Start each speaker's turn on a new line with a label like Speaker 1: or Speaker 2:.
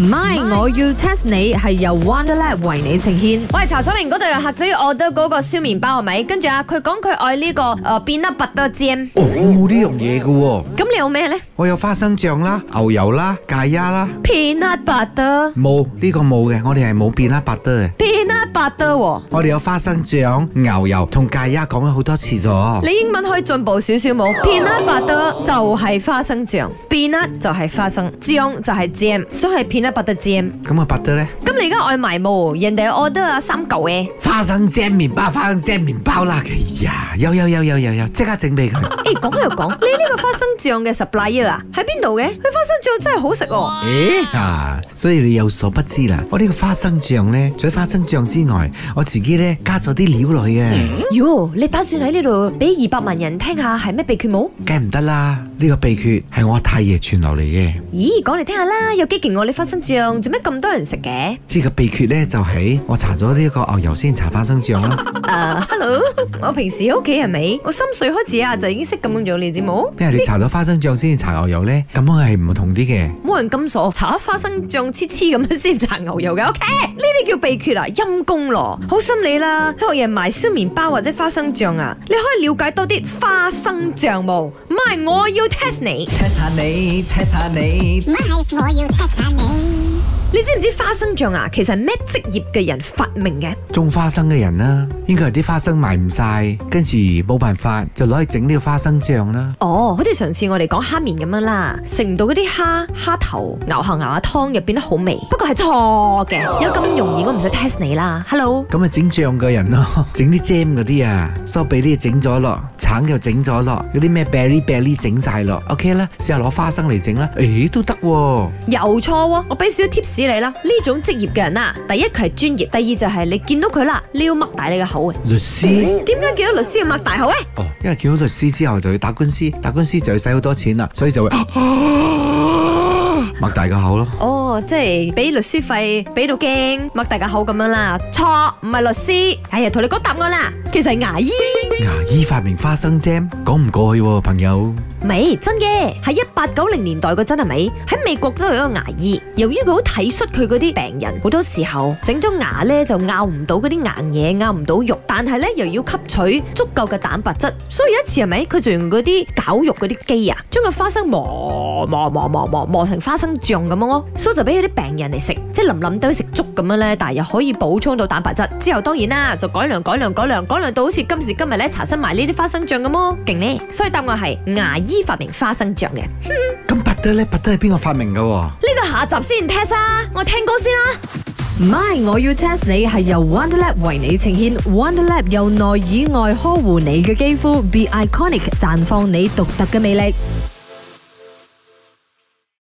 Speaker 1: 唔係，我要 test 你係由 Wonderland 為你呈獻。
Speaker 2: 我係茶水明嗰對客仔 order 嗰個燒麵包係咪？跟住啊，佢講佢愛呢、個呃誒變得拔得尖，
Speaker 3: 哦，我冇呢樣嘢嘅喎，
Speaker 2: 咁你有咩咧
Speaker 3: 我有花生醬啦、牛油啦、芥丫啦，
Speaker 2: ？peanut butter。
Speaker 3: 冇呢、個冇嘅，我哋係冇變啦白得嘅。
Speaker 2: peanut butter 喎，
Speaker 3: 我哋有花生醬、牛油同芥丫講咗好多次咗。
Speaker 2: 你英文可以進步少少冇？peanut butter 就係花生醬，peanut 就係花生，醬就係 jam，所以係 peanut butter jam。
Speaker 3: 咁啊白得咧，
Speaker 2: 咁你而家愛埋冇？人哋 order 啊三嚿嘅，
Speaker 3: 花生醬麵包、花生醬麵包啦，哎呀，有有有有有有，即刻整 俾佢。
Speaker 2: 誒講又講，你呢個花生醬嘅 supplier 啊喺邊度嘅？佢花生醬真係好食喎、
Speaker 3: 咦啊！所以你有所不知啦，我呢個花生醬呢，除咗花生醬之外，我自己呢加咗啲料落去嘅，
Speaker 2: 喲，你打算喺呢度俾二百萬人聽下係咩秘訣冇？
Speaker 3: 梗係唔得啦！呢、個秘訣係我太爺傳落嚟嘅。
Speaker 2: 咦，講嚟聽下啦，有幾勁我你花生醬，做咩咁多人食嘅？
Speaker 3: 呢個秘訣呢，就係我搽咗呢個牛油先搽花生醬 啦，
Speaker 2: 誒、h e l l o 我平時喺屋企係咪？我三歲開始啊就已經識咁樣做，你知冇？
Speaker 3: 因為你搽咗花生醬先搽牛油呢，咁樣係唔同啲嘅。
Speaker 2: 冇人咁傻，搽花生醬黐黐咁樣先搽牛油嘅，OK？呢啲叫秘訣啊，陰公咯，好心你啦，學人賣燒麵包或者花生醬啊，你可以了解多啲花生醬冇？唔係，我要 test 你。
Speaker 4: test 下你，test 下你。
Speaker 5: My，我要 test 下你。
Speaker 2: 你知唔知花生醬啊？其實係咩職業嘅人發明嘅？
Speaker 3: 種花生嘅人啦，應該係啲花生賣唔晒，跟住冇辦法就攞去整呢個花生醬啦。
Speaker 2: 哦，好似上次我哋講蝦麵咁樣啦，食唔到嗰啲蝦蝦頭熬下熬下湯入變得好味，不過係錯嘅，有咁容易我唔使 test 你啦。Hello，
Speaker 3: 咁啊整醬嘅人咯， 整啲 jam 嗰啲啊，梳比啲整咗落，橙又整咗落，嗰啲咩 berry berry 整晒落，OK 啦，試下攞花生嚟整啦，誒都得喎、
Speaker 2: 又錯喎、我俾少少 tips 你啦。呢種職業嘅人啊，第一佢係專業，第二就係你見到佢啦，你要擘大你嘅口嘅。啊
Speaker 3: 律師。
Speaker 2: 點解見到律師要擘大口咧？
Speaker 3: 哦，因為見到律師之後就要打官司，打官司就要使好多錢啦，所以就會擘大個口咯。
Speaker 2: 哦，即係俾律師費，俾到驚，擘大個口咁樣啦。錯，唔係律師。哎呀，同你講答案啦，其實係牙醫。
Speaker 3: 牙醫發明花生 jam，講唔過去喎、朋友。
Speaker 2: 咪真嘅，喺一八九零年代嗰陣係咪？喺美國都有一個牙醫，由於佢好體恤佢嗰啲病人，好多時候整咗牙呢就咬唔到嗰啲硬嘢，咬唔到肉，但係呢又要吸取足夠嘅蛋白質，所以有一次係咪佢就用嗰啲絞肉嗰啲機啊，將個花生磨磨磨磨磨磨成花生醬咁樣咯，所以就俾嗰啲病人嚟食，即係淋淋都食粥咁樣呢，但係又可以補充到蛋白質。之後當然啦，就改良改良改良改良到好似今時今日呢，查新埋呢啲花生醬咁咯，勁呢！所以答案係牙醫發明花生醬嘅。呢
Speaker 3: 咁拔得咧，拔得係邊個發明嘅、喎？
Speaker 2: 個下集先 test 啊，我聽歌先啦。
Speaker 1: 唔係，我要 test 你係由 Wonderlab 為你呈獻。Wonderlab 由內以外呵護你嘅肌膚，Be Iconic 綻放你獨特嘅魅力。